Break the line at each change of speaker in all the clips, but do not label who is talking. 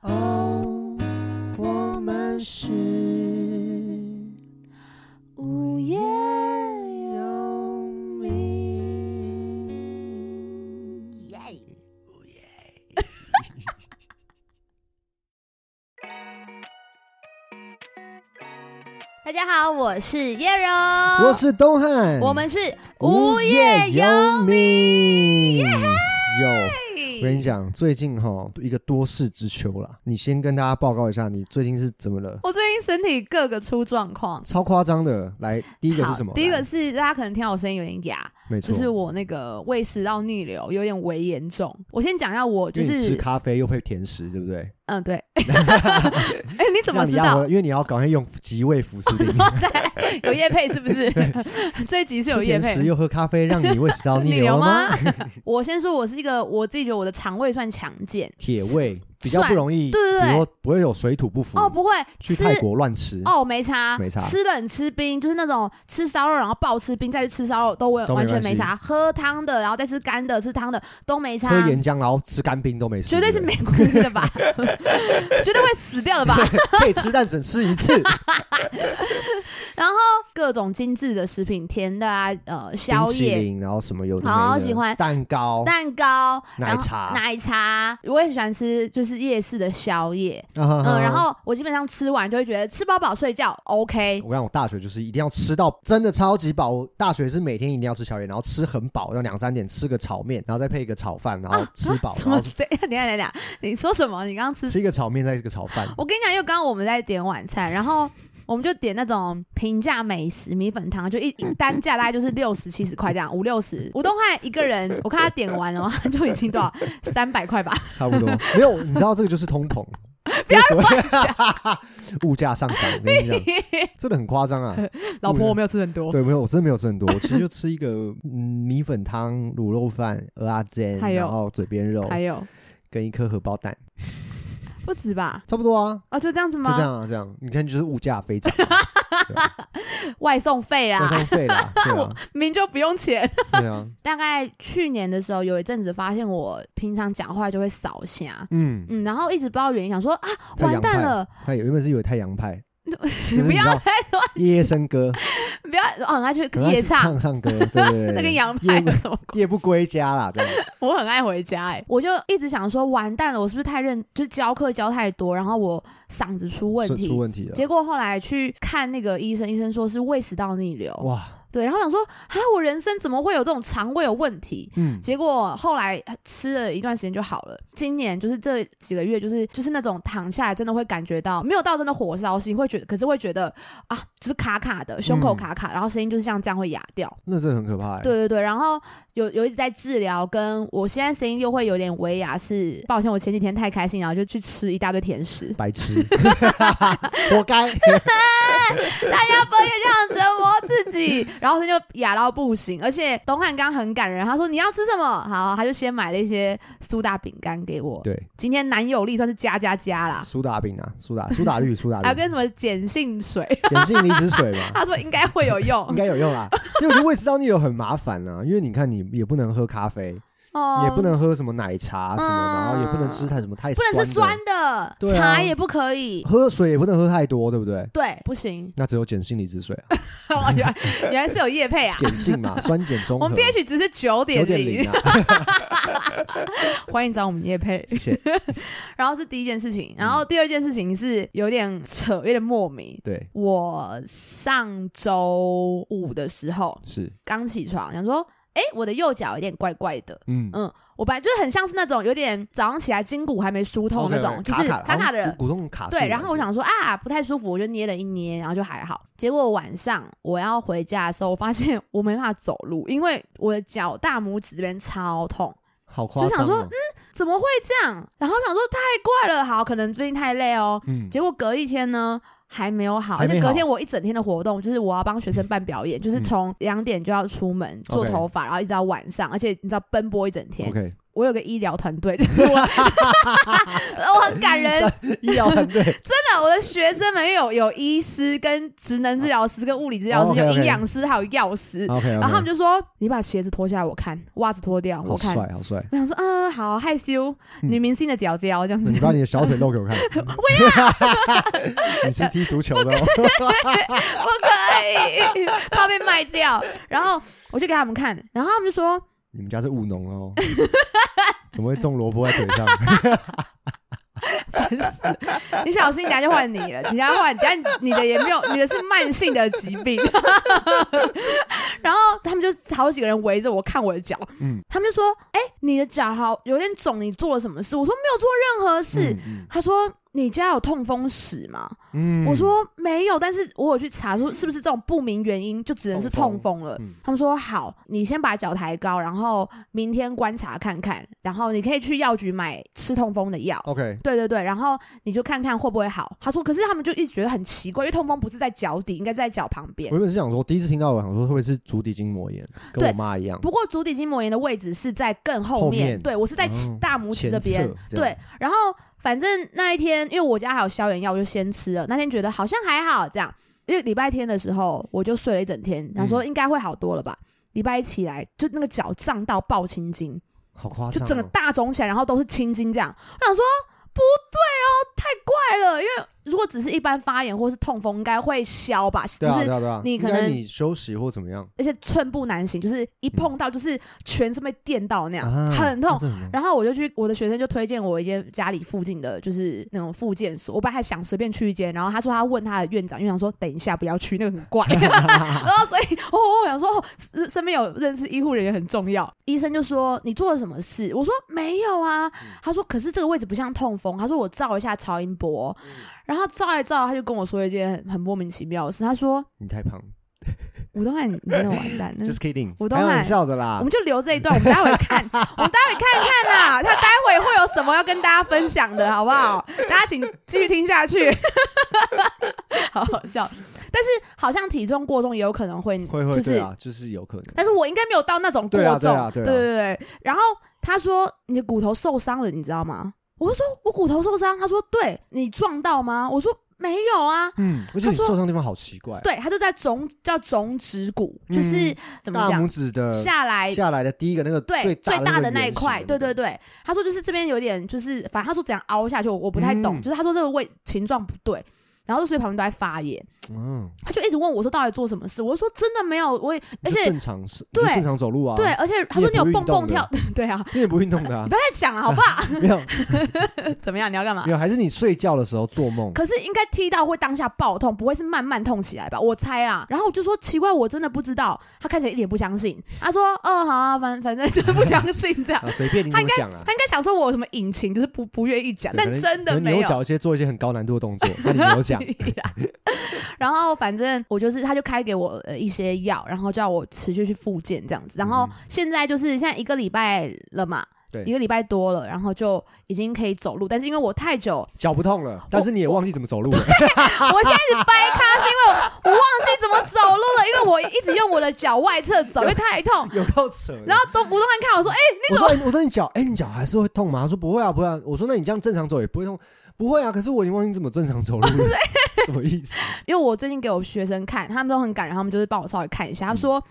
哦我们是无业游民。耶！
大家好，我是叶柔，
我是东汉，
哦我们是无业游
民。有，我跟你
民。
讲，最近哈一个多事之秋啦，你先跟大家报告一下，你最近是怎么了？
我最近身体各个出状况。
超夸张的，来，第一个是
好
什么？
第一
来
个是大家可能听到我声音有点哑，
没错，
就是我那个胃食道逆流有点微严重。我先讲一下，我就
因为你吃
是
咖啡又配甜食，对不对？
嗯 对，哎、你怎么
让你
知
压
道
回？因为你要赶快用即位服食令，
对，有叶配是不 是？这一集是有
吃
叶
甜
配
食。又喝咖啡，让你胃食道逆
流
流了吗？？
我先说，我是一个我自己觉得我的肠胃算强健，
铁胃比较不
算
容易，
对对对
比如说不会有水土不服。
哦，不会
嗯去
吃
泰国乱吃，
哦，没差，
没差
吃冷吃冰就是那种吃烧肉然后暴吃冰，再去吃烧肉都完
都没
完全
关系
没差，喝汤的然后再吃干的吃汤的都没差，
喝岩浆然后吃干冰都没事，
绝对是
不
没关系的 吧，绝对会死掉的吧。
可以吃，但只吃一 次。
然后各种精致的食品，甜的啊，呃，
冰
宵
淇
夜、
淋，然后什么有的
好
没的
喜欢
蛋糕，
蛋糕、
奶
然后
茶
奶茶，我也喜欢吃，就是夜市的宵夜。
嗯
嗯，然后我基本上吃完就会觉得吃饱饱睡觉，OK。
我跟你讲，我大学就是一定要吃到真的超级饱。我大学是每天一定要吃宵夜，然后吃很饱，然后两三点吃个炒面，然后再配一个炒饭，然后吃饱，
什
然
啊 么？
后
等一下，等一下，等一下，你说什么？你刚刚吃
吃一个炒面，再一个炒饭。
我跟你讲，因为刚刚我们在点晚餐，然后我们就点那种平价美食米粉汤，就 一一单价大概就是六十七十块这样，五六十。吴东汉一个人，我看他点完了，他就已经多 少三百块吧？
差不多。没有，你知道这个就是 通膨，不要乱 物价上涨，我跟你讲，真的很夸张啊！
老婆，我没有吃很多，
对，没有，我真的没有吃很多，我其实就吃一个嗯米粉汤、卤肉饭、鹅阿煎，
还有
然后嘴边肉
还有
跟一颗荷包蛋，
不止吧？
差不多啊，
啊，就这样子
就这
吗？
样啊，这样你看就是物价飞涨，
外送费
交
啦，
通费 啦，对啊，
明就不用钱。
对啊，
大概去年的时候，有一阵子发现我平常讲话就会扫瞎，
嗯，
嗯，然后一直不知道原因，想说啊，
太
完
洋
蛋
派
了，
他有原本是以为太洋派，就
你
是
不
你
要
知道
再乱
夜夜笙 歌，
不要哦，很爱去
很爱
夜唱
唱，唱歌，对 对对，对
那跟洋派
夜
有
不
什么关？
夜不归家啦，这样。
我很爱回家哎、我就一直想说，完蛋了，我是不是太认，就是教课教太多，然后我嗓子 出问
是
题
出。问题了，
结果后来去看那个医生，医生说是胃食道逆流，
哇，
对，然后想说啊，我人生怎么会有这种肠胃有问题？
嗯，
结果后来吃了一段时间就好了。今年就是这几个月，就是就是那种躺下来真的会感觉到，没有到真的火烧心，会觉得，可是会觉得啊，就是卡卡的，胸口
嗯
卡卡，然后声音就是像这样会哑掉。
那真的很可怕、欸。，
对对对，然后有有一直在治疗，跟我现在声音又会有点微哑，是抱歉，我前几天太开心，然后就去吃一大堆甜食
白痴，活该。
大家不要这样折磨自己， 然后他就哑到不行，而且东汉刚很感人，他说你要吃什么，好，他就先买了一些苏打饼干给我，
对，
今天男友力算是加加加啦，
苏打饼啊，苏打苏打绿，苏打
还有跟
绿，
什么碱性水，
碱性离子水嘛，
他说应该会有
应
用，
该有用啦。因为我觉得胃食道逆流很麻烦啊，因为你看你也不能喝咖啡，
哦
也不。能喝什么奶茶什么，然后也不能吃太什么太
不
酸的，
能吃酸的，
对啊
茶也不可以，
喝水也不能喝太多，对不对？
对，不行。
那只有碱性离子水
哎
啊，
原来原来是有叶配啊，
碱性嘛，酸碱中和。
我们 pH 值是九
九
点
点
零
零，啊，
欢迎找我们叶配。
谢谢。
然后是第一件事情，然后第二件事情是有点扯，有点莫名。
对，
我上周五的时候
是，
刚起床，想说，哎，我的右脚有点怪怪的。
嗯
嗯，我本来就是很像是那种有点早上起来筋骨还没疏通那
OK，OK，
种，就是
卡
卡卡的
骨。骨痛卡住了。
对，然后我想说啊，不太舒服，我就捏了一捏，然后就还好。结果晚上我要回家的时候，我发现我没办法走路，因为我的脚大拇指这边超痛。
好夸
就
张
想说
哦，
怎么会这样？然后想说太怪了，好，可能最近太累哦。
嗯，
结果隔一天呢还没有好，
还
而
没好嗯
且隔天我一整天的活动就是我要帮学生办表演，就是从两点就要出门做
OK 嗯
头发，然后一直到晚上，而且你知道奔波一整天。
OK，
我有个医疗团队， 就是我我很感人，
医疗 团队，
真的，我的学生们因为有有医师、跟职能治疗师、跟物理治疗师、
哦，OK，OK 哦
有营养师，还有药师，
OK，
然后他们就说：“你把鞋子脱下来，我看；袜子脱掉，我
好
看。”
帅，好帅。
我想说，嗯、好害羞，
嗯
女明星的脚脚这样
那
子
你。把你的小腿露给 我看。不要！ 你是踢足球的哦。
不可以，怕被卖掉。然后我就给他们看，然后他们就说
你们家是务农哦，怎么会种萝卜在腿上？
烦死，你小心，等下就换你了，等下换，等下你的也没有，你的是慢性的疾病。 然后他们就好几个人围着我看我的脚，
嗯
他们就说：“哎、你的脚好有点肿，你做了什么事？”我说：“没有做任何事。
嗯，
他说：“你家有痛风史吗？”
嗯
我，说没有，但是我有去查说是不是这种不明原因就只能是痛风了。
嗯
他们说好，你先把脚抬高，然后明天观察看看，然后你可以去药局买吃痛风的药。
OK，
对对对，然后你就看看会不会好。他说，可是他们就一直觉得很奇怪，因为痛风不是在脚底，应该是在脚旁边
我。原本是想说，第一次听到，我想说会不会是足底筋膜炎，跟
对
我妈一样，
不过足底筋膜炎的位置是在更后面，
后面
对我是在
哦
大拇指
前
这边
侧，这
对
样，
然后反正那一天，因为我家还有消炎药，我就先吃了。那天觉得好像还好这样，因为礼拜天的时候我就睡了一整天，想
嗯
说应该会好多了吧。礼拜一起来就那个脚胀到爆青筋，
好夸
就
张哦，
整个大肿起来，然后都是青筋这样。我想说不对哦，太怪了，因为如果只是一般发炎或是痛风，应该会消吧，
对
就
啊
是
对啊对啊，
你可
应该
能
你休息或怎么样
而且寸步难行，就是一碰到就是全身被电到那样，
啊，
很痛
那。这很 痛。
然后我就去我的学生就推荐我一间家里附近的就是那种附件所，我本来还想随便去一间，然后他说他问他的院长，院长说等一下不要去，那个很怪。然后所以哦，我想说、哦、身身边有认识医护人员很重要。医生就说你做了什么事？我说没有啊。他说可是这个位置不像痛风，他说我照一下超音波，然后照一照，他就跟我说一件很很莫名其妙的事，他说
你太胖
吴东汉你真的完蛋了。
，just kidding，
嗯我都
开
喊
玩笑的啦
我。们就留这一段，我们待会看，我们待会看看啦。他待会会有什么要跟大家分享的，好不好？大家请继续听下去，好好笑。但是好像体重过重也有可能会，
会会
就
对
是，
啊，就是有可能。
但是我应该没有到那种过
对啊
重，
对啊对啊
对对对。然后他说你的骨头受伤了，你知道吗？我就说我骨头受伤，他说对你撞到吗？我说没有啊。
嗯，而且你
他说
受伤的地方好奇怪，
对，他就在种叫种指骨，就是、
嗯
怎么
大拇
讲，
指的
下来
下来的第一个那个
对，
最
最大
的
的
那个
那一
圆形
块，
的
对
那
对
个
对，他说就是这边有点，就是反正他说怎样凹下去，我我不太懂，
嗯
就是他说这个位形状不对，然后所以旁边都在发炎，
嗯，
他就一直问我说到底做什么事，我就说真的没有，我也而
就
且
正常是，你就
对
正常走路啊，
对，，而且他
你
说你
也
有
不运
蹦蹦
动的
跳， 对啊，
你也不运动的 啊
你不，要再讲了好不好？
没有
怎么样？你要干嘛
没？有，还是你睡觉的时候做梦，
啊可是应该踢到会当下爆痛，不会是慢慢痛起来吧？我猜啦。然后我就说奇怪，我真的不知道。他看起来一脸不相信，他说：“哦，好、啊，反反正就不相信 这样。
啊，随便你怎么讲啊
他。应该想说我有什么隐情，就是不不愿意讲，但
对可能
真
可
的
能
没
你
有
有。找一些做一些很高难度的动作， 但 你没有讲，
屁啦然后反正我就是，他就开给我呃一些药，然后叫我持续去复健这样子。然后
嗯
现在就是现在一个礼拜了嘛，
对
一个礼拜多了，然后就已经可以走路。但是因为我太久，
脚 不痛了，但是你也忘记怎么走路了。
我现在一直掰咖，是因为我我忘记怎么走路了，因为我一直用我的脚外侧走，因为太痛。
有够扯的。
然后东吴东汉看我说，哎、
我说，哎我说你脚，哎，你脚还是会痛吗？他说不会啊，不会啊。我说那你这样正常走也不会痛，不会啊。可是我已经忘记怎么正常走路 了， 什么意思？
因为我最近给我学生看，他们都很感人，他们就是帮我稍微看一
嗯
下。他说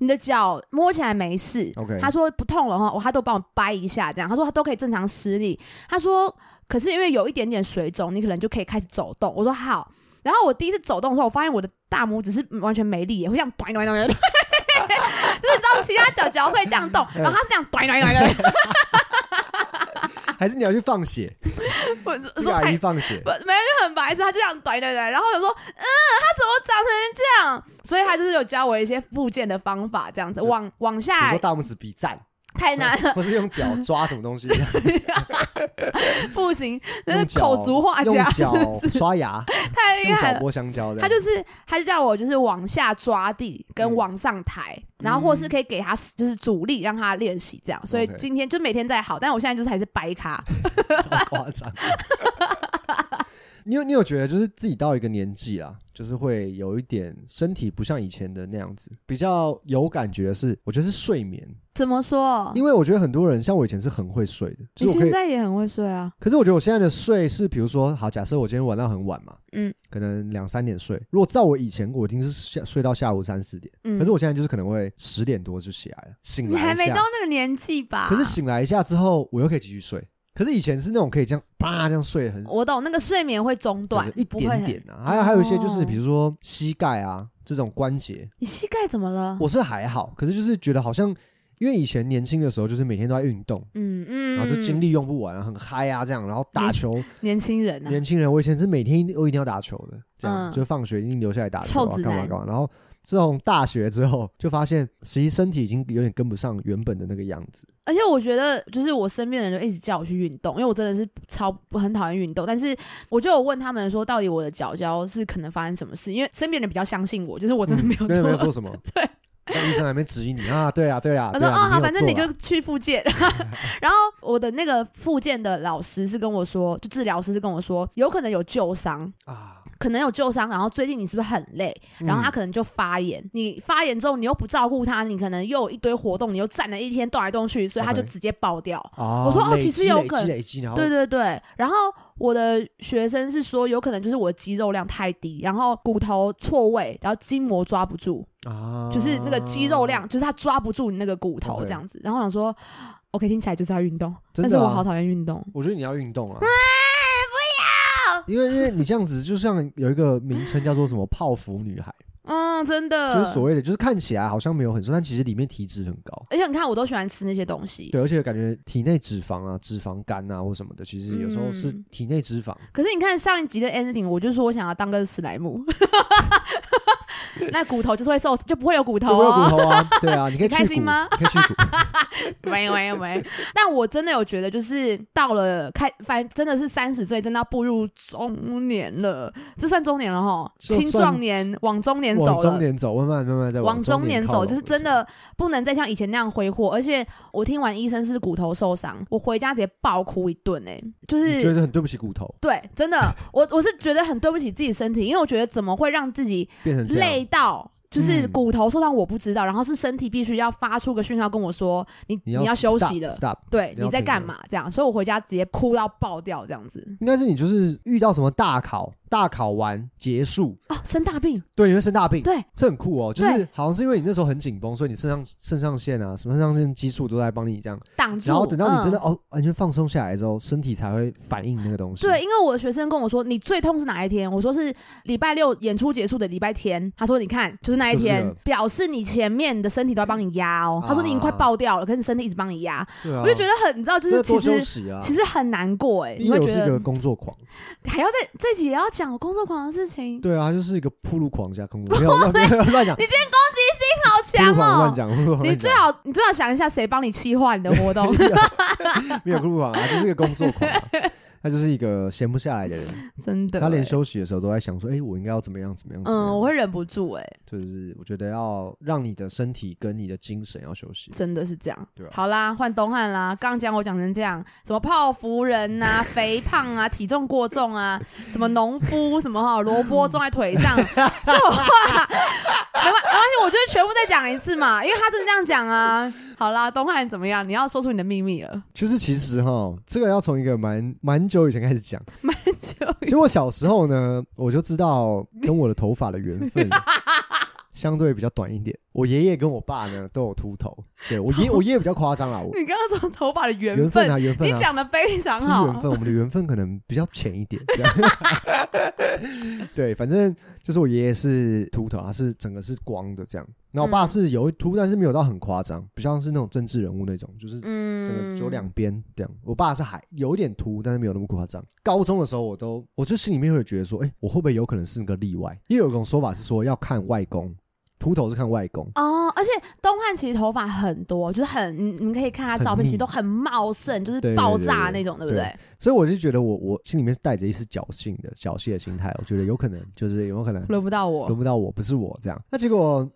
你的脚摸起来没事
OK
他说不痛了哈，哦我他都帮我掰一下，这样他说他都可以正常施力。他说可是因为有一点点水肿，你可能就可以开始走动。我说好。然后我第一次走动的时候，我发现我的大拇指是完全没力耶，也会这样短短短 短，就是你知道其他脚脚会这样动，然后他是这样短短短 短，
还是你要去放血，
我说我
去
说
阿
太
姨放血
不，，没有就很白痴，他就这样短短短，然后我说，嗯，他怎么长成这样？所以他就是有教我一些复健的方法，这样子
就
往往
比如
下
说大拇指比赞，
太难了，
或是用脚抓什么 东西，
不行，那
用
是
脚
口足画
用
家，
脚
是不是
刷牙，
太厉
用
害
脚
了。
剥香蕉的。
他就是，他就叫我就是往下抓地，跟
嗯
往上抬，然后或是可以给他就是阻力，让他练习这样。所以
OK
今天就每天在好，但我现在就是还是白咖，
超夸张。你有你有觉得就是自己到一个年纪啊，就是会有一点身体不像以前的那样子，比较有感觉的是，我觉得是睡眠，
怎么说？
因为我觉得很多人像我以前是很会睡的，就
你
是我可
现
以。
在也很会睡啊，
可是我觉得我现在的睡是，比如说，好，假设我今天玩到很晚嘛，
嗯
可能两三点睡。如果照我以前，我一定是下睡到下午三四点。
嗯。
可是我现在就是可能会十点多就起来了，醒
你
来
还
一
没
下
到啊那个年纪吧？
可是醒来一下之后，我又可以继续睡。可是以前是那种可以这样啪这样睡得很
我懂那个睡眠会中断
就是，一
不会很
点点。啊，还有还有一些就是
哦
比如说膝盖啊这种关节，
你膝盖怎么了？
我是还好，可是就是觉得好像因为以前年轻的时候就是每天都在运动。
嗯嗯，
然后就精
历
力用不完啊，很嗨啊，这样，然后打球。
年轻人啊，
年轻人，我以前是每天我一定要打球的，这
嗯
样、就放学一定留下来打球啊
臭，直
干嘛
男
干嘛。然后自从大学之后，就发现实际身体已经有点跟不上原本的那个样子。
而且我觉得，就是我身边的人就一直叫我去运动，因为我真的是超很讨厌运动。但是我就有问他们说，到底我的脚脚是可能发生什么事？因为身边人比较相信我，就是我真的没有
对，嗯没有
做。
做什么。
对，
医生还没指引你啊，对啊，对啊。
他说：“
对啊
哦，好，
有
反正你
做
就
啊
去复健。” 然后我的那个复健的老师是跟我说，就治疗师是跟我说，有可能有旧伤，
啊，
可能有旧伤，然后最近你是不是很累？然后他
嗯
可能就发炎，你发炎之后你又不照顾他，你可能又有一堆活动，你又站了一天动来动去，所以他就
OK
直接爆掉。
哦
我说哦
累
其实
积
有
累
可
积
能
累积，然后
对对对，然后我的学生是说，有可能就是我的肌肉量太低，然后骨头错位，然后筋膜抓不住，
啊，
就是那个肌肉量，就是它抓不住你那个骨头
OK
这样子。然后我想说，OK，听起来就是要运动，
真
但
的
是我
啊
好哎讨厌运动。
我觉得你要运动啊。因为因为你这样子，就像有一个名称叫做什么“泡芙女孩
嗯，真”，的。
就是所谓的，就是看起来好像没有很瘦，但其实里面体脂很高。
而且你看，我都喜欢吃那些东西。
对，而且感觉体内脂肪啊、脂肪肝啊或什么的，其实有时候是
嗯
体内脂肪。
可是你看上一集的 ending，我就说我想要当个史莱姆， 那骨头就是会受，就不会有骨头
有没有骨
哦。
头啊？ 对啊，你可以
你开
去
心
骨，
吗
你可以去骨。
没有没有没有。 但我真的有觉得，就是到了开，反真的是三十岁，真的要步入中年了，这算中年了哈，
就算
青壮年往中 年
往
走
中
了。
年走，慢慢慢慢再
往
中
中年
靠
走，
拢
就是真的不能再像以前那样挥霍。而且我听完医生是骨头受伤，我回家直接暴哭一顿哎、就
你觉
是
得很对不起骨头，
对，真 的，我我是觉得很对不起自己身体，因为我觉得怎么会让自己
变成这样
累到就是
嗯
骨头受伤，我不知道，然后是身体必须要发出个讯号跟我说，你
你要
休
stop-
息了。
Stop，
对，
你要
你在
停
干
了
嘛？这样，所以我回家直接哭到爆掉，这样子
应该是你就是遇到什么大考，大考完结束，
哦，生大病，
对，你会生大病。
对，
这很酷哦，就
对
是好像是因为你那时候很紧绷，所以你肾上肾上腺啊，什么肾上腺激素都在帮你这样，
挡住。
然后等到你真的、
嗯
哦完全放松下来之后，身体才会反应那个东西。
对，，因为我的学生跟我说，你最痛是哪一天？我说是礼拜六演出结束的礼拜天。他说，你看，就是那一
就是
天，
了
表示你前面你的身体都要帮你压哦。他说你已经快
啊
爆掉了，可是你身体一直帮你压，
对啊，
我就觉得很，你知道，就是
这
其
多休
实、
息啊。
其实很难过哎、你会
友
觉
是一个
得嗯
工作狂，
还要在这集也要讲我工作狂的事情。
对啊，他就是一个铺路狂加 工作，没有乱没有乱讲，
你今天攻击性好
铺路狂
强
乱
哦！
讲，铺路狂
你
乱
最
讲
好你最好想一下谁帮你企划你的活 动，
没有铺路狂 啊，就是一个工作狂啊，他就是一个闲不下来的人，
真的欸。
他连休息的时候都在想说，哎，我应该要怎么样怎么样，怎么
嗯，
样
我会忍不住哎、
就是我觉得要让你的身体跟你的精神要休息。
真的是这样
对啊。
好啦，换东汉啦，刚讲我讲成这样，什么泡芙人 呐、肥胖啊、体重过重 啊，什么农夫什么哈、萝卜种在腿 上，这种话没关没关系，我就全部再讲一次嘛，因为他真的这样讲啊。好啦，东汉怎么样？你要说出你的秘密 了，
就是其实哈，这个要从一个蛮蛮久以前开始 讲。
蛮久
其实我小时候呢，我就知道跟我的头发的缘 分相对比较短一点。我爷爷跟我爸呢都有秃头，对我爷我爷爷比较夸张啦，我
你刚刚说头发的 缘
缘分啊缘分
你
啊，
讲的非常
就是缘
好，
分，我们的缘分可能比较浅一点。 这样对，反正就是我爷爷是秃头，他是整个是光的这样。然后我爸
嗯
是有一秃，但是没有到很夸张，不像是那种政治人物那种，就是
嗯，
整个只有两边这样。我爸是还有一点秃，但是没有那么夸张。高中的时候，我都我就心里面会觉得说，哎、我会不会有可能是个例外？因为有一种说法是说要看外公，秃头是看外公，
哦，而且东汉其实头发很多，就是很，你你可以看他照
很
片，
密
其实都很茂盛，就是
对对
爆
对
炸
对
那种，对不
对
对？
所以我就觉得我我心里面是带着一丝侥幸的侥幸的心态，我觉得有可能就是有没有可能
轮不到
轮
我，
不到我，不是我这样。那结 果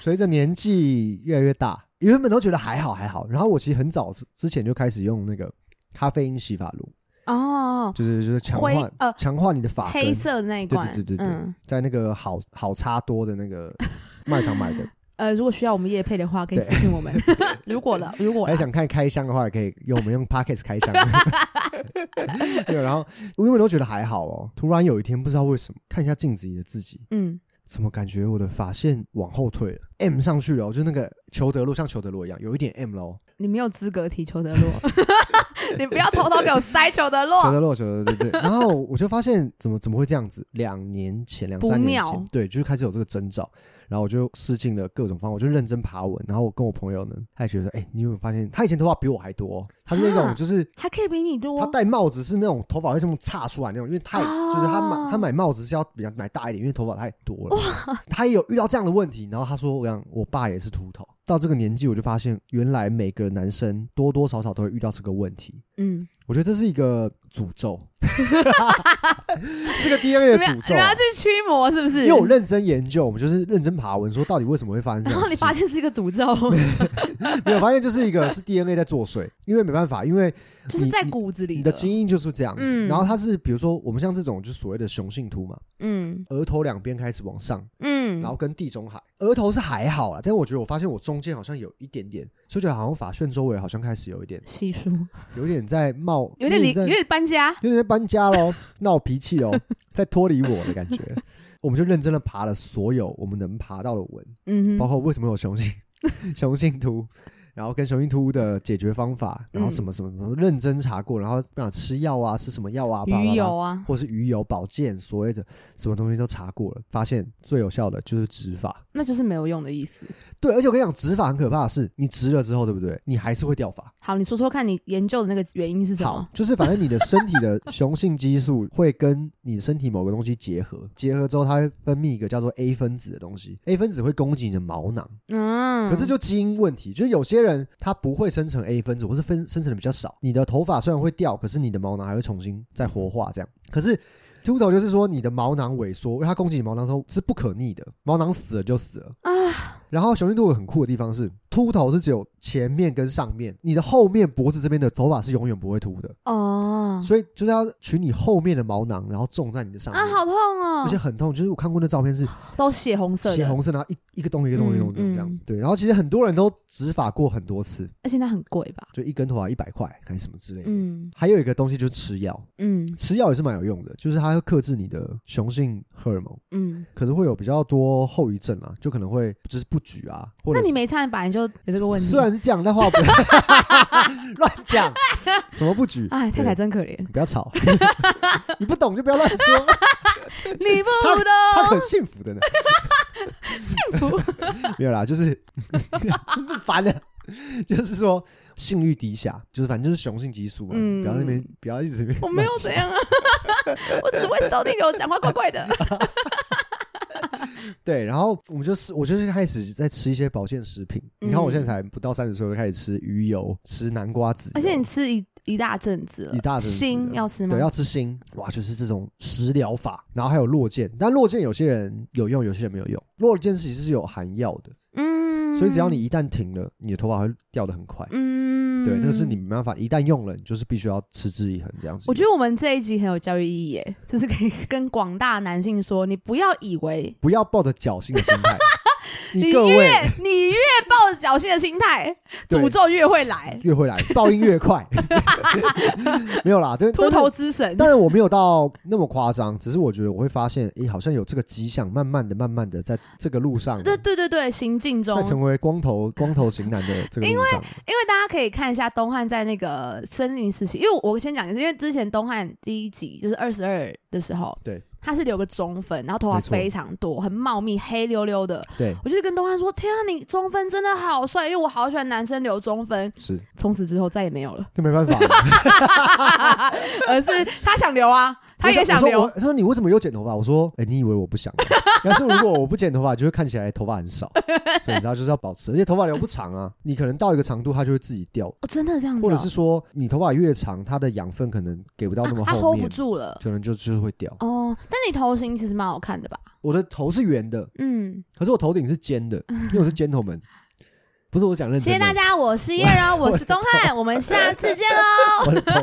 随着年纪越来越大，原本都觉得还好还好，然后我其实很早之之前就开始用那个咖啡因洗发露，
哦，
就是就是强
灰
化
呃
强化你的发根，
黑色的那一
对
罐，
对对对对，
嗯，
在那个好好差多的 那个卖场买的，
呃，如果需要我们夜配的话，可以私信 我们。如果了，如果啦
还想看开箱的话，也可以用 我们用 Pockets 开箱。没有，然后我原本都觉得还好哦，突然有一天不知道为什么，看一下镜子里的自己，
嗯，
怎么感觉我的发线往后退了，M 上去了哦，就那个裘德洛像裘德洛一样，有一点 M 咯。
你没有资格提裘德 洛，你不要偷偷给我塞裘德
裘
洛。
德洛，裘德洛，对对。 对然后我就发现怎么怎么会这样子？两年前，两
不
三年
妙
前，对，就是开始有这个征兆。然后我就试尽了各种方法，我就认真爬文。然后我跟我朋友呢，他也觉得，哎、你有没有发现他以前头发比我还多哦、他是那种
啊哦
就是
还可以比你多
他戴帽子是那种头发会这么岔出来那种，因为太、就是他买他买帽子是要比较买大一点，因为头发太多了。他也有遇到这样的问题，然后他说：“我讲我爸也是秃头，到这个年纪我就发现，原来每个男生多多少少都会遇到这个问题。
嗯，
我觉得这是一个诅咒， 这个 DNA
你
的
们要
诅
你
咒
们
啊、
要去驱魔是不是？
因为我认真研究，我们就是认真爬文，说到底为什么会发生 这
然后
样的事
你
情
发。现是一个诅咒，
没有发现，就是一个是 DNA 在作祟，因为没办法，因为
就是
你
在
你
骨子里
你的基因就是这样子。
嗯
然后它是比如说我们像这种就是所谓的雄性秃嘛，
嗯
额头两边开始往上，
嗯，
然后跟地中海，额头是还好啦，但我觉得我发现我中间好像有一点点，就觉得好像发旋周围好像开始有一点，
稀疏，
有一点在冒，
有点离，
在
有点搬家。
有点在搬家喽， 闹脾气喽，在脱离我的感觉。我们就认真的爬了所有我们能爬到的文，
嗯
包
哼，
括为什么有雄性 雄性秃，然后跟雄性秃的解决方法，
嗯
然后什么什么什么认真查过，然后想吃药啊，吃什么药啊，巴拉巴
鱼
拉
油啊，
或是鱼油保健，所谓的什么东西都查过了，发现最有效的就是植发。
那就是没有用的意思。
对，而且我跟你讲，植发很可怕的是，你植了之后，对不对？你还是会掉发。
好，你说说看你研究的那个原因是什
好
么？，
就是反正你的身体 的雄性激素会跟你身体某个东西结合，结合之后它会分泌一个叫做 A 分子的东西，A 分子会攻击你的毛囊。
嗯，
可是就基因问题，就是有些人他不会生成 A 分子，或是分生成的比较少。你的头发虽然会掉，可是你的毛囊还会重新再活化，这样。可是秃头就是说你的毛囊萎缩，因为它攻击你毛囊的时候是不可逆的，毛囊死了就死了。
啊，
然后雄性秃头很酷的地方是，秃头是只有前面跟上面，你的后面脖子这边的头发是永远不会秃的，
哦，
所以就是要取你后面的毛囊，然后种在你的上面。
啊，好痛哦，
而且很痛，就是我看过那照片是
都血红色的，
血红色，然后一一个洞一个洞一个洞
嗯
这样
嗯
子。对，然后其实很多人都植发过很多次，
而且那很贵吧？
就一根头发一百块还是什么之类的。
嗯
还有一个东西就是吃药，
嗯
吃药也是蛮有用的，就是它会克制你的雄性荷尔蒙，
嗯。
可是会有比较多后遗症啊，就可能会就是不举啊，或者
那
是
你没差，你本来就有这个问题。
虽然是这样，但话不 乱讲，什么不举？
哎，太太
对
真可怜，
你不要吵， 你不懂就不要乱说，
你不
他
懂
很幸福的呢，
哦幸福。
没有啦，就是 烦了。就是说，性欲低下，就是反正就是雄性激素嘛，
嗯
不要在那边，不要一直在那边
我没有
乱
怎样啊， 我只会收听有讲话怪怪 的。
对，然后我们就是我就是开始在吃一些保健食品。
嗯
你看我现在才不到三十岁，我就开始吃鱼油、吃南瓜籽油，
而且啊你吃一一大阵子了，
一大阵子
心
了
要吃吗？
对要吃锌，哇，就是这种食疗法。然后还有落健，但落健有些人有用，有些人没有用。落健其实是有含药的，
嗯，
所以只要你一旦停了，你的头发会掉的很快。
嗯，
对，那是你。没办法，一旦用了，你就是必须要持之以恒这样子。
我觉得我们这一集很有教育意义耶，就是可以跟广大男性说，你不要以为
不要抱着侥幸的心 态，你各
越
位
你越抱着侥幸的心态，
对
诅咒越会来。
越会来，报应越 快。没有啦，对，
秃
但是
头之神，
当然我没有到那么夸张，只是我觉得我会发现，诶、好像有这个迹象，慢慢的、慢慢的，在这个路上，
对对对对，行进中
在，成为光头光头型男的这个路上，
因为大家可以看一下东汉在那个森林时期，因为我先讲一次，因为之前东汉第一集就是二十二的时候，
对，
他是留个中分，然后头发
没错
非常多，很茂密，黑溜溜的。
对，
我就是跟东汉说：“天啊，你中分真的好帅，因为我好喜欢男生留中分。
是”
从此之后再也没有了，
就没办法。
而是他想留啊，他也想
我说
留
我，他说你为什么有剪头发？我说，诶、你以为我不想吗？ 但是如果我不剪头发，就会看起来头发很少，所以你知道就是要保持，而且头发留不长啊，你可能到一个长度，它就会自己掉，
哦，真的这样子
或
哦、
者是说你头发越长，它的养分可能给不到那么
啊他
后
hold 不
面，
住了。
可能就就是会掉。
哦，但你头型其实蛮好看的吧？
我的头是圆的，
嗯，
可是我头顶是尖的，因为我是尖头门。不是我讲认
谢
真
谢
的。
大家，我是叶柔， 我是东汉，我们下次见喽。
我的头，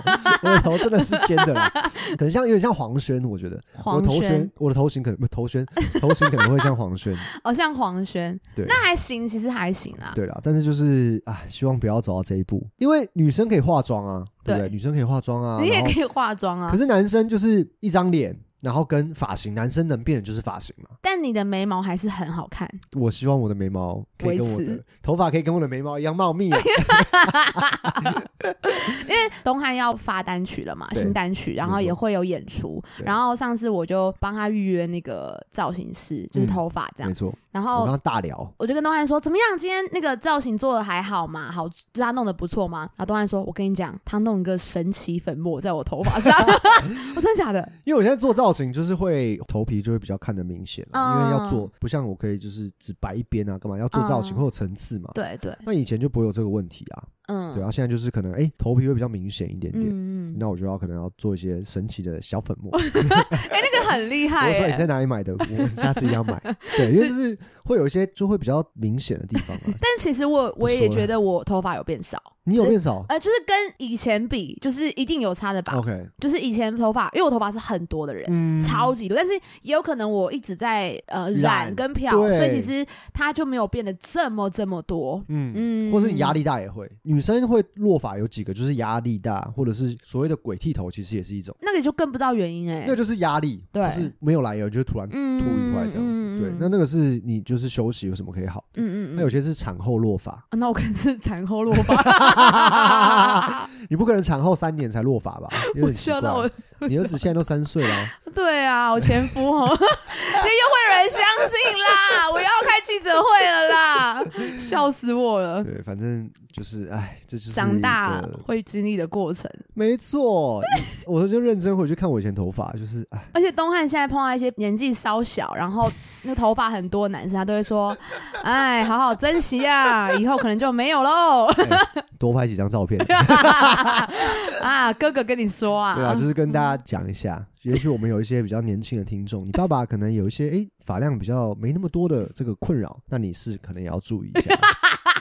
我的头真的是尖的啦，可能像有点像黄轩，我觉得 我
黄
的头
轩
轩，我的头型可能不头轩，头型可能会像黄轩，
哦，像黄轩，
对
那还行，其实还行啊啦。
对啦，但是就是啊，希望不要走到这一步，因为女生可以化妆啊，对不对？
对
女生可以化妆啊，
你也
然后
可以化妆啊
可，是男生就是一张脸，然后跟发型，男生能变的就是发型嘛。
但你的眉毛还是很好看。
我希望我的眉毛可以跟我
维
的
持
头发可以跟我的眉毛一样 茂密啊。
东汉要发单曲了嘛，
对
新单曲，然后也会有演出。
对
然后上次我就帮他预约那个造型师，就是
嗯
头发这样。
没错，
然
我
后
刚刚大聊，
我就跟东汉说：“怎么样？今天那个造型做的还好吗？好，就是他弄得不错吗？”然后东汉说：“我跟你讲，他弄一个神奇粉末在我头发 上，我真的假的？
因为我现在做造型就是会头皮就会比较看得明显
嗯
啊，因为要做不像我可以就是只白一边啊，干嘛要做造型
嗯
会有层次嘛。
对对，
那以前就不会有这个问题啊，
嗯，
对啊，现在就是可能哎头皮会比较明显一点点，
嗯嗯，
那我就要可能要做一些神奇的小粉末。
哎、那个很厉害、
啊
欸
我说
耶
你在哪里买的？ 我下次一样买。对，因为就是会有一些就会比较明显的地方啊。
但其实我我
不欸
也
说了
觉得我头发有变少，
你有变少
呃，就是跟以前比，就是一定有差的吧。
？OK，
就是以前头发，因为我头发是很多的人，
嗯
超级多，但是也有可能我一直在呃
染
染跟漂，
对
所以其实它就没有变得这么这么多。
嗯。
嗯，
或是你压力大也会，女生会落发有几个，就是压力大，或者是所谓的鬼剃头，其实也是一种，
那个就更不知道原因哎、
那就是压力，
对
就是没有来由，就是突然吐
嗯
一块这样
嗯
子，对
嗯，
那那个是你就是休息有什么可以好的，
嗯嗯嗯，
那有些是产后 落发，
啊那我可能是产后落发，
你不可能产后三年才落发吧，有
我
点奇
笑到我
怪，， 你儿子现在都三岁了，
对啊，我前夫哦，这又会有人相信啦，我要开记者会了啦，笑死我了。
哦 对，反正就是，哎，这就是
长
一
大
个
会经历的过程，
没错。 我就认真回去看我以前头发，就是哎，
而且东汉现在碰到一些年纪稍小，然后那头发很多的男生，他都会说：“哎，好好珍惜啊，以后可能就没有喽。
多拍几张 照片，”
啊，哥哥跟你说啊，
对啊，就是跟大家讲一下，也许我们有一些比较年轻的听众，你爸爸可能有一些哎发量比较没那么多的这个困扰，那你是可能也要注意 一下。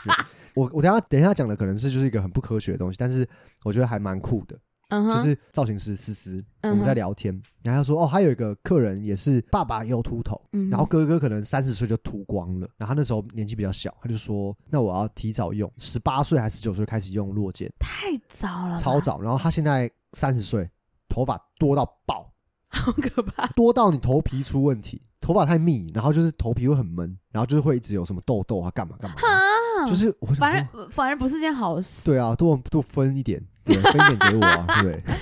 对我我等一下等一下讲的可能是就是一个很不科学的东西，但是我觉得还蛮酷的，
嗯哼，
就是造型师思思，我
嗯哼
们在聊天，然后他说哦，还有一个客人也是爸爸有秃头，
嗯哼
然后哥哥可能三十岁就秃光了，然后他那时候年纪比较小，他就说那我要提早用，十八岁还是十九岁开始用落肩，
太早了吧，
超早。然后他现在三十岁，头发多到爆，
好可怕。
多到你头皮出问题，头发太密，然后就是头皮会很闷，然后就是会一直有什么痘痘啊，干嘛干嘛，
啊，
就是我想
反
说，
而反而不是件好事
对啊，多多分一点，对，分一点给我 啊，对
啊，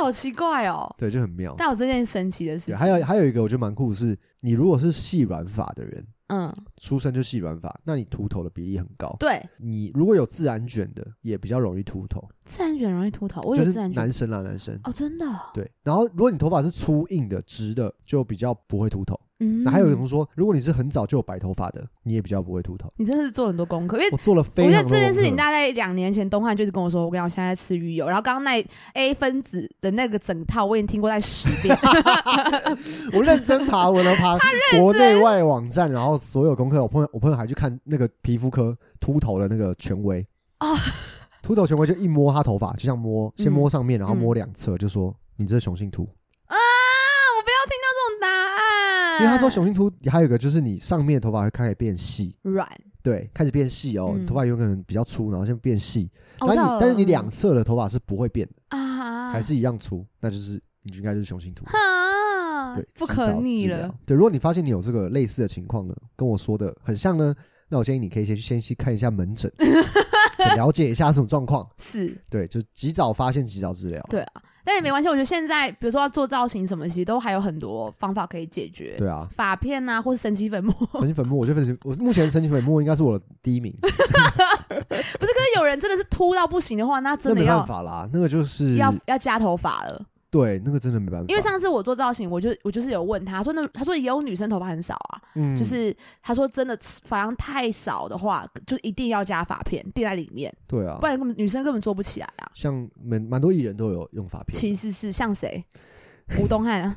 好奇怪哦。
对，就很妙。
但有这件神奇的事情，
对，还有还有一个我觉得蛮酷的是，你如果是细软发的人，
嗯，
出生就细软发，那你秃头的比例很高。
对，
你如果有自然卷的，也比较容易秃头，
自然卷容易秃头，我以
就
为
是
自然卷
男生啦，男生。
哦，真的哦，
对，然后如果你头发是粗硬的、直的，就比较不会秃头。
嗯，
那还有人说，如果你是很早就有白头发的，你也比较不会秃头。
你真的是做很多功课，因为
我做了
嗯我
非
觉
常
得
多
这件事情
功课
大概两年前，东汉就是跟我说，我跟你讲，我现在在吃鱼油，然后刚刚那 A 分子的那个整套我已经听过在十 遍，啊
我认真爬文了，爬 国内外网站，然后所有功课，我朋友我朋友还去看那个皮肤科秃头的那个权威
哦
秃头权威就一摸他头发，就像摸先摸上面，然后
嗯
摸两侧，就说你这是雄性秃，
啊，我不要听到这种答案，
因为他说雄性秃还有一个就是你上面的头发会开始变细，
软，
对，开始变细哦，
嗯
你头发有可能比较粗，然后先变细，
哦
但
我知
是
道
你
了
但是你两侧的头发是不会变的，
啊
还是一样粗，那就是你就应该就是雄性秃。
啊
对，，
不
及
可
早
逆
治
了
疗。。对，如果你发现你有这个类似的情况呢，跟我说的很像呢，那我建议你可以先去先去看一下 门诊，对了解一下什么状况。
是
对，就及早发现，及早治疗。
对啊，但也没关系。我觉得现在，比如说要做造型什么，其实都还有很多方法可以解决。
对啊，
发片啊，或是神奇粉末，
神奇粉末，我觉得神奇，我目前神奇粉末应该是我的第一名，
不是？可是有人真的是秃到不行的话，那
那
真的
没办
要
法啦，那个就是
要要加头发了。
对，那个真的没办法，
因为上次我做造型，我就我就是有问他说那，他说也有女生头发很少啊，
嗯
就是他说真的发量太少的话，就一定要加发片垫在里面，
对啊
不，然根本女生根本做不起来啊。
像蛮蛮多艺人都有用发片的，
其实是像谁？吴东汉啊，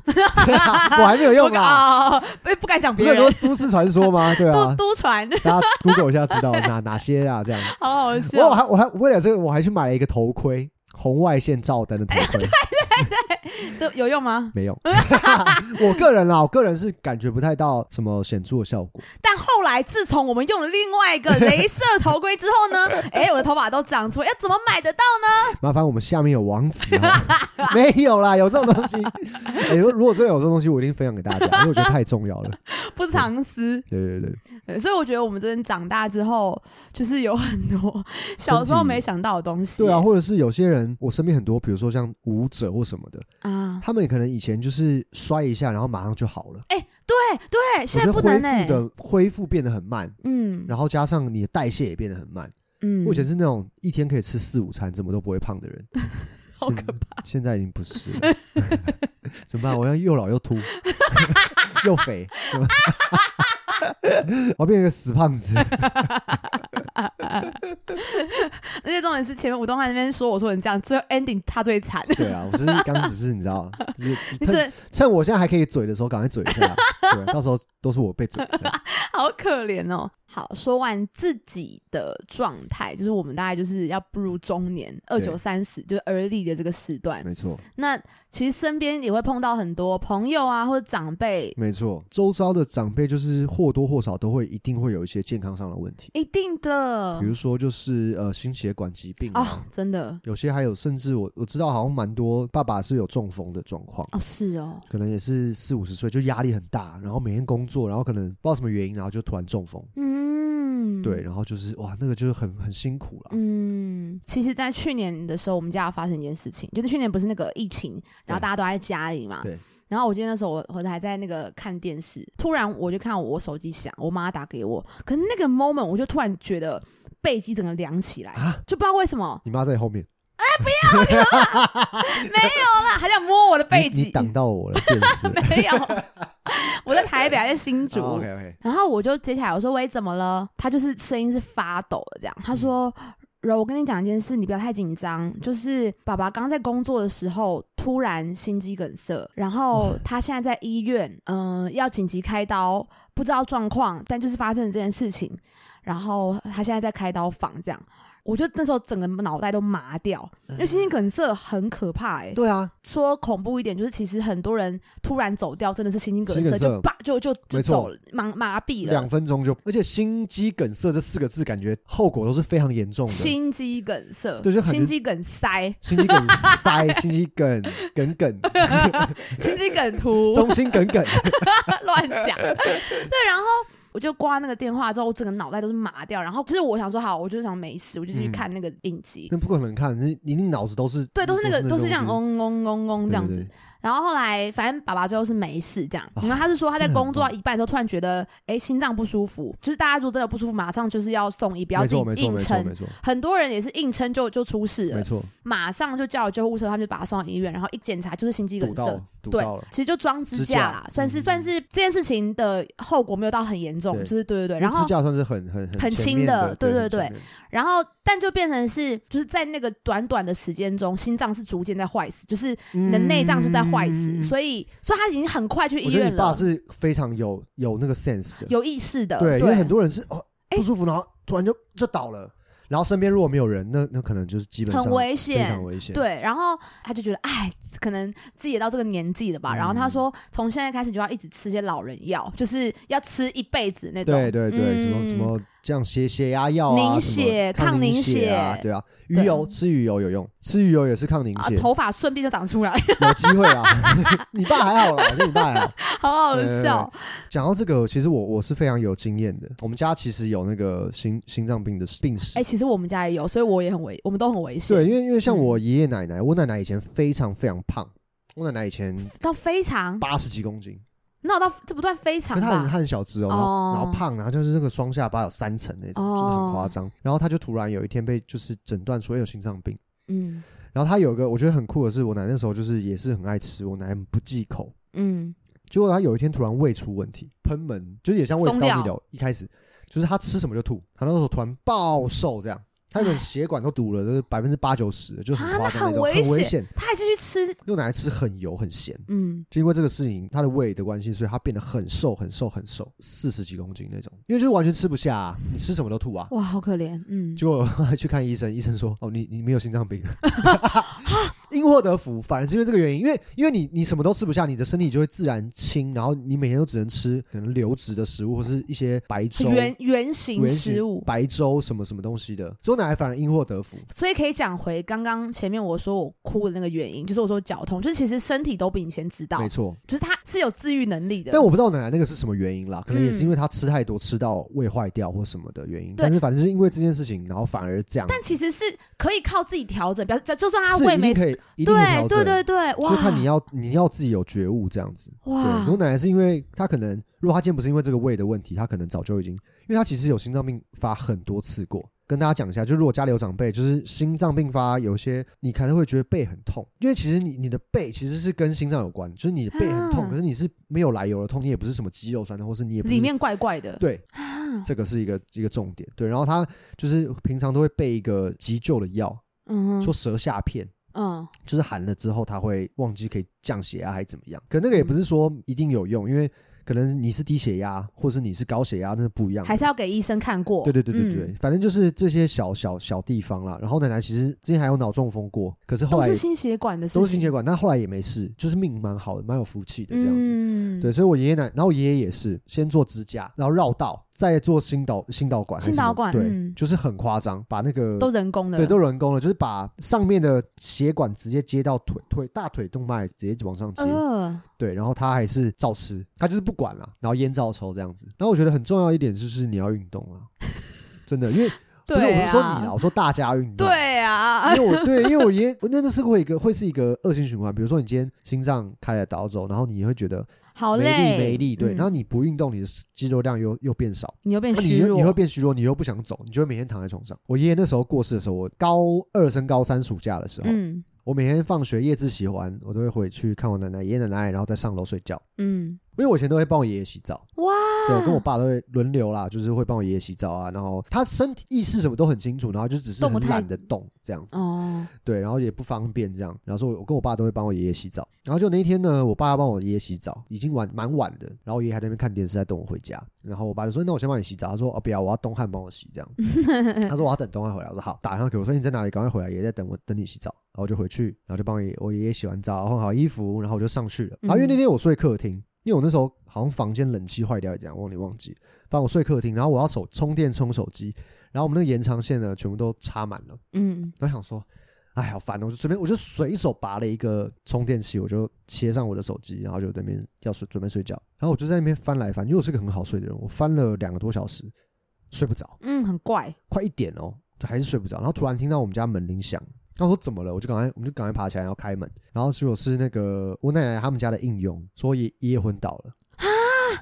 我还没 有用啦，
啊，不不敢讲
不
别
是很多
人，
都市传说吗？对
都
啊，
都传，
大家 Google 一下知道哪哪些啊，这样。
好好
我
笑。
还我还为了这个，我还去买了一个头盔，红外线照灯的头 盔，
这有用吗？
没用。 我个人啦，啊我个人是感觉不太到什么显著的效 果。
但后来自从我们用了另外一 个镭射头盔之后呢，哎，我的头发都长出来，要怎么买得到呢？
麻烦我们下面有网址哦， 没有啦，有这种东西。哎如如果真的有这种东西，我一定分享给大家，因为我觉得太重要 了。
不藏私。
对对对，
对，所以我觉得我们真的长大之后，就是有很 多小时候没想到的东西。
对啊，或者是有些人，我身边很多，比如说像舞者或什么的，
啊，
他们可能以前就是摔一下，然后马上就好了。
哎、对对，
我
现在
觉得
不
恢
能哎、
复的恢复变得很慢，
嗯
然后加上你的代谢也变得很慢。
嗯，
我以前是那种一天可以吃四五餐，怎么都不会胖的人，
好可怕，
现在已经不是了。 怎么办？我要又老又秃， 又肥，怎么 我变成一个死胖 子。
而且重点是前面吴东汉那边说我说你这样，最后 ending 他最惨，
对啊，我是刚只是你知道，就是
你真
趁
的
趁我现在还可以嘴的时候，赶快嘴一下，对，啊到时候都是我被嘴的。
好可怜哦。好，说完自己的状态，就是我们大概就是要步入中年，二九三十，就是而立的这个时段。
没错，
那其实身边也会碰到很多朋友啊，或者长辈，
没错，周遭的长辈就是或多或少都会一定会有一些健康上的问题，
一定的
比如说就是呃心血管疾病啊。
哦，真的
有些还有，甚至我我知道好像蛮多爸爸是有中风的状况，
哦，是哦，
可能也是四五十岁，就压力很大，然后每天工作，然后可能不知道什么原因，然后就突然中风，
嗯，
对，。然后就是哇，那个就是很很辛苦了，
嗯，其实，在去年的时候，我们家有发生一件事情，就是去年不是那个疫情，然后大家都在家里嘛。
对。
然后我今天那时候我我还在那个看电视，突然我就看我手机响，我妈打给我，可是那个 moment 我就突然觉得背脊整个凉起来，
啊
就不知道为什么，
你妈在后面，
没有啊啦，还想摸我的背
你你
脊，
挡到我了，电 视哦
没 有，我在台北，还在新竹。
OK OK，
然后我就接起来，我说：“喂，怎么了？”他就是声音是发抖的这样。他说：“柔，我跟你讲一件事，你不要太紧张。就是爸爸刚在工作的时候突然心肌梗塞，然后他现在在医院，嗯、要紧急开刀，不知道状况，但就是发生了这件事情。然后他现在在开刀房这样。”我就那时候整个脑袋都麻掉，因为心肌梗塞很可怕哎、
对啊，
说恐怖一点，就是其实很多人突然走掉，真的是心肌梗
心肌
塞，
梗塞
就叭就就就
没错
走了，麻麻痹了
两。分钟就，而且心肌梗塞这四个字，感觉后果都是非常严重的。
心肌梗塞，
对就很
心肌梗塞，
心肌梗塞、心肌梗 梗梗、
心肌梗图，
中心梗梗，
乱讲。对，然后我就挂那个电话之后，我整个脑袋都是麻掉。然后就是我想说，好，我就想没事，我就去
嗯
看那个影集。
那不可能看，你你一定脑子都是
对，都是那个，都是这样，
东
嗡
西
嗡嗡嗡这样子。
对对对
然后后来，反正爸爸最后是没事这样。
啊
然后他是说他在
真的很
工作到一半的时候，突然觉得，哎，心脏不舒服，就是大家如果真的不舒服，马上就是要送医，不要
没
自
错没
己
错
硬
没错
撑
没。错
很多人也是硬撑就就出事
没
了，
错，
马上就叫了救护车，他们就把他送到医院，然后一检查就是心肌
堵
梗
到
塞。
了堵
对
到了，。
其实就装支架啦，
支架
算是、
嗯
算是这件事情的后果没有到很严重，
对
就是对对对，
因为
然后
支架算是很很
很
很前
轻
面
的
的，
对对
很
对
前面
然后但就变成是就是在那个短短的时间中，心脏是逐渐在坏死，就是你的内脏是在坏死，
嗯
所以所以他已经很快去
我
医
觉得
院
你爸
了，
是非常有有那个 sense 的，
有意识的，
对，
对，
因为很多人是哦
哎
不舒服，然后突然就就倒了，然后身边如果没有人，那那可能就是基本上
很危
非
险
常。危险，
对，然后他就觉得，哎，可能自己也到这个年纪了吧。然后他
嗯
说，从现在开始就要一直吃些老人药，就是要吃一辈子那种。
对对对，什么
嗯
什么这样血血压药啊，
凝
什么
血抗
抗
凝
血啊，
血
对啊，
对
鱼油吃鱼油有用，吃鱼油也是抗凝
啊
血，，
头发顺便就长出来，
有机会啊。你爸还好啦，我觉得你爸还好。
好好
对对对
笑。
讲到这个，其实我我是非常有经验的，我们家其实有那个心心脏病的病史
哎、。其实我们家也有，所以我也很危，我们都很危险。
对，因为因为像
嗯
我爷爷奶奶，我奶奶以前非常非常胖，我奶奶 以前
到非常，
八十几公斤，
那我到这不算非常
可她很
吧？
她很小只哦，然后、
哦
然后胖，然后就是那个双下巴有三层那种，就是很夸张。然后她就突然有一天被就是诊断说有心脏病。
嗯
然后她有一个我觉得很酷的是，我奶奶那时候就是也是很爱吃，我奶奶不忌口，
嗯，
结果她有一天突然胃出问题，喷门就是也像胃食道逆
松
流，一开始就是她吃什么就吐，她那时候突然暴瘦这样，他有点血管都堵了，就是百分之八九十，就很
啊
夸
那
张那
很
种，
危
很危
险
险。
他还继续吃，
又拿来吃很油很咸，
嗯，
就因为这个事情，他的胃的关系，所以他变得很瘦很瘦很瘦，四十几公斤那种，因为就是完全吃不下、啊，你吃什么都吐啊。
哇，好可怜，嗯，
结果去看医生，医 生说：“哦，你你没有心脏病。” 因祸得福，反而是因为这个原因，因为因为你你什么都吃不下，你的身体就会自然轻，然后你每天都只能吃可能流质的食物或是一些白粥、
圆圆形
原
食物，
白粥什么什么东西的，之后拿来反而因祸得福。
所以可以讲回刚刚前面我说我哭的那个原因，就是我说绞痛，就是其实身体都比以前知道
没，错，
就是他是有自愈能力的。
但我不知道奶奶那个是什么原因啦，可能也是
嗯
因为她吃太多，吃到胃坏掉或什么的原因。
对
但是反正是因为这件事情，然后反而这样。
但其实是可以靠自己调整，比就就算他
是
胃
一
没事，
定可以，一定可以
对
调
对
整
对对，
就看你
哇
要你要自己有觉悟这样子。对，
哇
牛，奶奶是因为她可能，如果她今天不是因为这个胃的问题，她可能早就已经，因为她其实有心脏病发很多次过。跟大家讲一下，就如果家里有长辈，就是心脏病发，有一些你可能会觉得背很痛，因为其实你你的背其实是跟心脏有关，就是你的背很痛，
啊
可是你是没有来由的痛，你也不是什么肌肉酸痛，或是你也不 是
里面怪怪的，
对，
啊，
这个是一个一个重点。对，然后她就是平常都会备一个急救的药，
嗯
说
哼
舌下片，
嗯，
就是含了之后，它会忘记可以降血压还是怎么样。可那个也
嗯
不是说一定有用，因为可能你是低血压，或是你是高血压，那是不一样的。
还是要给医生看过，
对对对对对，
嗯，
反正就是这些小小小地方啦。然后奶奶其实之前还有脑中风过，可是
都
后来
是心血管的事情，
都是心血管，但后来也没事，就是命蛮好的，蛮有福气的这样子。
嗯，
对，所以我爷爷奶，然后我爷爷也是先做支架，然后绕道，再做心导心导管还是什么，
心导管
对，
嗯
就是很夸张，把那个
都人工的，
对，都人工了，就是把上面的血管直接接到腿腿大腿动脉，直接往上接。
呃，
对，然后他还是照吃，他就是不管了，然后烟照抽这样子。然后我觉得很重要一点就是你要运动啊，真的，因 为不是我
对
不是说你啦，
啊，
我说大家运动。。
对啊，
因为我对，因为我爷，我那那是会一个会是一个恶性循环。比如说你今天心脏开了刀之后，然后你也会觉得
好
没力
累，
没力，对，
嗯
然后你不运动，你的肌肉量又又变少，
你又变
那
虚
你又
弱，
你会变虚弱，你又不想走，你就会每天躺在床上。我爷爷那时候过世的时候，我高二升高三暑假的时候，
嗯
我每天放学夜自习完，我都会回去看我奶奶、爷爷奶奶，然后再上楼睡觉。
嗯，
因为我以前都会帮我爷爷洗澡，
哇，
对，我跟我爸都会轮流啦，就是会帮我爷爷洗澡啊。然后他身体意识什么都很清楚，然后就只是
动
很
不太
懒得动这样子，
哦，
对，然后也不方便这样。然后说我我跟我爸都会帮我爷爷洗澡。然后就那一天呢，我爸要帮我爷爷洗澡，已经晚蛮晚的，然后我爷爷还在那边看电视，在等我回家。然后我爸就说：“那我先帮你洗澡。”他说：“哦，不要，我要东汉帮我洗这样。”他说我要等东汉回来，我说好，打电话给我说你在哪里，赶快回来，也在等我等你洗澡，然后我就回去，然后就帮我爷我爷爷洗完澡，换好衣服，然后我就上去了。然后因为那天我睡客厅，因为我那时候好像房间冷气坏掉，这样忘了忘记，反正我睡客厅，然后我要手充电充手机，然后我们那个延长线呢全部都插满了，
嗯，
然后想说。哎，好烦哦！我就随便，我就随手拔了一个充电器，我就切上我的手机，然后就在那边要睡，准备睡觉。然后我就在那边翻来翻，因为我是个很好睡的人，我翻了两个多小时，睡不着。
嗯，很怪，
快一点哦，就还是睡不着。然后突然听到我们家门铃响，然后我说怎么了？我就赶快，我们就赶快爬起来要开门。然后结果是那个我奶奶他们家的应佣说爷爷爷昏倒了
啊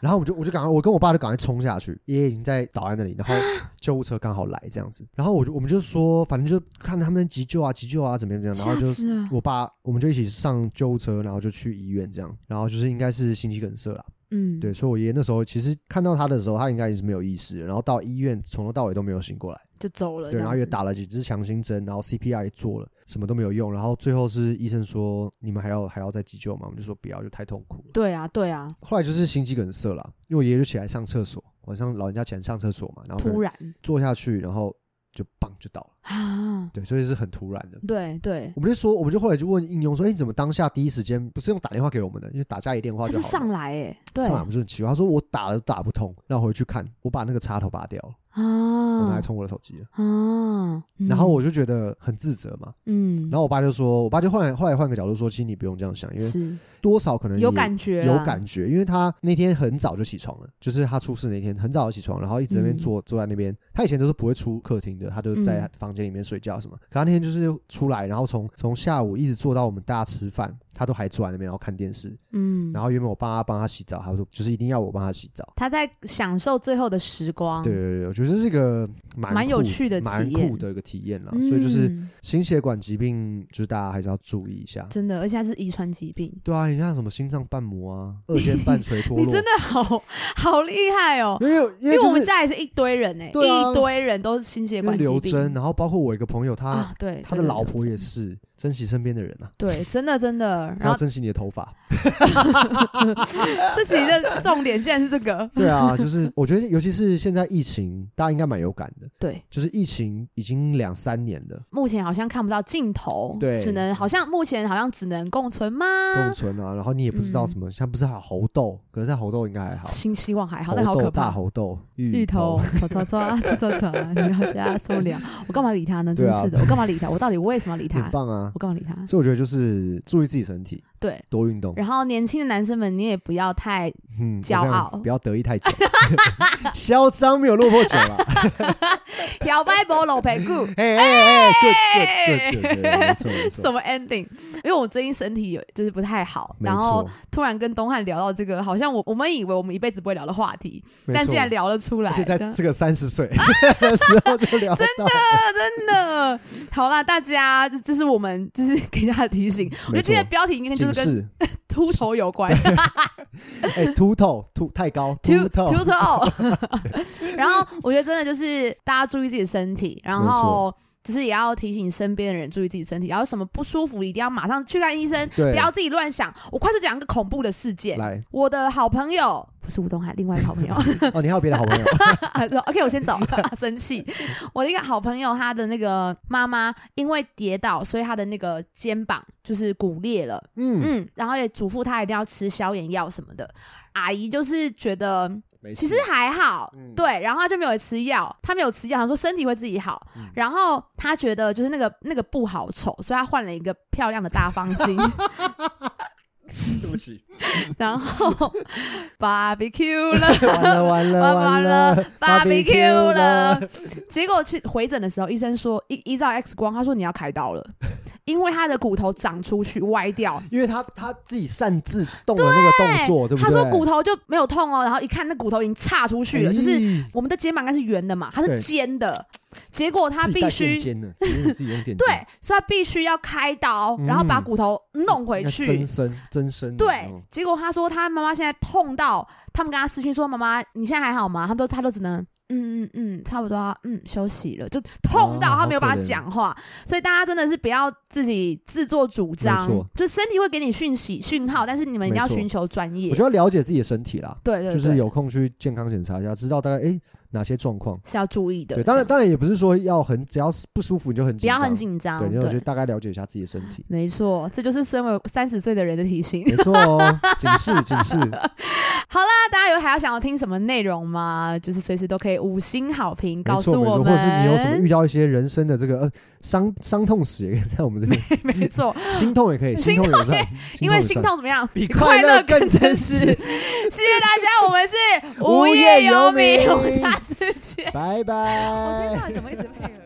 然后我们就我就赶快，我跟我爸就赶快冲下去，爷爷已经在倒在那里，然后
啊
救护车刚好来这样子。然后我就我们就说，反正就看他们急救啊，急救啊，怎么样怎么样。然
吓
后就
死了，
我爸我们就一起上救护车，然后就去医院这样。然后就是应该是心肌梗塞啦。
嗯，
对，，所以我爷爷那时候其实看到他的时候，他应该也是没有意识的，然后到医院从头到尾都没有醒过来。
就走了，
对，然后也
也，
打了几支强心针，然后 CPR 也做了，什么都没有用。然后最后是医生说你们还要还要再急救吗？我们就说不要，就太痛苦了。
对啊，对啊，
后来就是心肌梗塞了，因为我爷爷就起来上厕所，晚上老人家起来上厕所嘛，然后
突
就
然
坐下去，然后就棒就倒了。
啊，
对，所以是很突然的。
对对，
我们就说，我们就后来就问应用说，哎、你怎么当下第一时间不是用打电话给我们的？因为打家里电话
他
就是好
上
了。
来，哎，对
上来我们就很奇怪，他说我打了都打不通，让我回去看，我把那个插头拔掉了，我拿
啊
来充我的手机了。
啊，
然后
嗯
我就觉得很自责嘛，
嗯，
然后我爸就说，我爸就后来后来换个角度说，其实你不用这样想，因为
是
多少可能
有
也
感觉，啊
有，感觉，因为他那天很早就起床了，就是他出事那天很早就起床，然后一直在那边
嗯
坐、坐在那边。他以前都是不会出客厅的，他都在
嗯
房间里面睡觉什么。可他那天就是出来，然后从从下午一直坐到我们大家吃饭，他都还坐在那边然后看电视。
嗯，
然
后
后原本我帮他帮他洗澡，他说就是一定要我帮他洗澡。
他在享受最后的时光，
对，对对，我觉得这是一个蛮
哦蛮有
酷
趣的
蛮
体验
酷的一个体验啦。所以就是
嗯
心血管疾病，就是大家还是要注意一下。
真的，而且他是遗传疾病，
对啊，人家什么心脏瓣膜啊、二尖瓣垂脱 落，
你真的好好厉害哦！
因为因
因为
为就
我们
是
家也是一堆人哎、
对啊
一堆人都是心血
因为
管
刘
疾
真，
病
然后包括我一个朋友，他
啊，对，
他
对
的老
对
婆
对
也是珍惜身边的人啊，
对，真的真 的。然
要
后
珍惜你的头 发。
自己的重点竟然是这个，
对啊，就是我觉得，尤其是现在疫情，大家应该蛮有感的。
对，
就是疫情已经两三年了，
目前好像看不到尽头，
对
只能好像目前好像只能共存吗？
共存啊，然后你也不知道
嗯
什么，像不是还有猴痘，可是在猴痘应该还好，
新希望还好，
猴
但好可
痘、大
怕。
猴痘、
芋
芋
头， 戳戳戳啊，戳戳戳啊，你要加受不了，我干嘛理他呢？
对
真
啊
是的，我干嘛理他？我到底为什么要理
很
他？
棒啊
我。干嘛理他？
所以我觉得就是注意自己身体，
对。
多运动，
然后年轻的男生们，你也不要太
嗯，
骄
我这样
傲
不要得意太久， 嚣张没有落魄久啊了。
摇摆不露屁 股，
哎哎哎，对对对对，没错没
什
错，
么 ending？因为我最近身体有就是不太好，
没
然后
错，
突然跟东汉聊到这个，好像我我们以为我们一辈子不会聊的话题，
没
但
错
竟哎然聊了出来，
而且在
这样
这个三 十岁的时候就聊到，
啊真的。好啦，大家这这是我们就是给大家的提醒，我觉
嗯没
得今天
错
的。标题应该就
警
是跟
示，
秃头有 关
哎，秃头秃太高，
秃
秃
秃
头，
头。然后我觉得真的就是大家注意自己的身体，然后。就是也要提醒身边的人注意自己身体，然后什么不舒服一定要马上去看医生，
对
不要自己乱想。我快速讲一个恐怖的事件，
来
我的好朋友不是吴东海，另外一个好朋友，
哦，你还有别的 好朋友，
啊说 OK，我先 走， 生气。我的一个好朋友，他的那个妈妈因为跌倒，所以他的那个肩膀就是骨裂了。
嗯，
嗯，然后也嘱咐他一定要吃消炎药什么的。阿姨就是觉得
没
其
事
实还好，
嗯
对，然后他就没有吃药，他没有吃药，他说身体会自己好。
嗯
然后他觉得就是那个那个布好丑，所以他换了一个漂亮的大方巾，
对 不起，
然后 barbecue 了。
完了完了
完
完
了
了
barbecue 了
了，
结果去回诊的时候，医生说依依照 X 光，他说你要开刀了，因为他的骨头长出去歪掉。
因为他他自己擅自动了那个动作，对不对？
他说骨头就没有痛哦，然后一看那骨头已经岔出去了，就是
哎
我们的肩膀应该是圆的嘛，它是
对
尖的，结果他
自己
必
带
须
电尖呢，只能自己用电
对，所以他必须要开刀，然后把
嗯
骨头弄回
那
去
增。生增生的那
对
种，
结果他说他妈妈现在痛到，他们跟他私讯说：“妈妈，你现在还好吗？”他们都他都只能嗯嗯嗯，差不多啊，嗯休息了，就痛到
啊
他没有
好可
办法
怜
讲话。所以大家真的是不要自己自作主张
没错，
就身体会给你讯息讯号，但是你们一定要
没错
寻求专业
我。觉得要了解自己的身体啦，
对对对，
就是有空去健康检查一下，知道大概诶哪些状况。
是要注意的。
对，当然
这样
当然也不是说要很，只要是不舒服你就很
不
紧
要
张，
很紧张，
对，你就去
对，。
大概了解一下自己的身体
没错，这就是身为三十岁的人的提醒。
没错哦，警示警示，
好啦，大家有还要想要听什么内容吗？就是随时都可以五星好评告
没
诉
错没
我
错，
们。
或是你有什么遇到一些人生的这个呃伤伤痛史，也可以在我们这边，
没错，
心痛 也可以，
心
心
痛也
痛也算，
因为
也
心
算
痛怎么样？
比
快
快
乐
乐
更
更
真
真
实。
实
谢 谢大家，我们是
无业游
无业游
民
我们下次见。
拜
我今天 到。
拜
底怎么一直配合？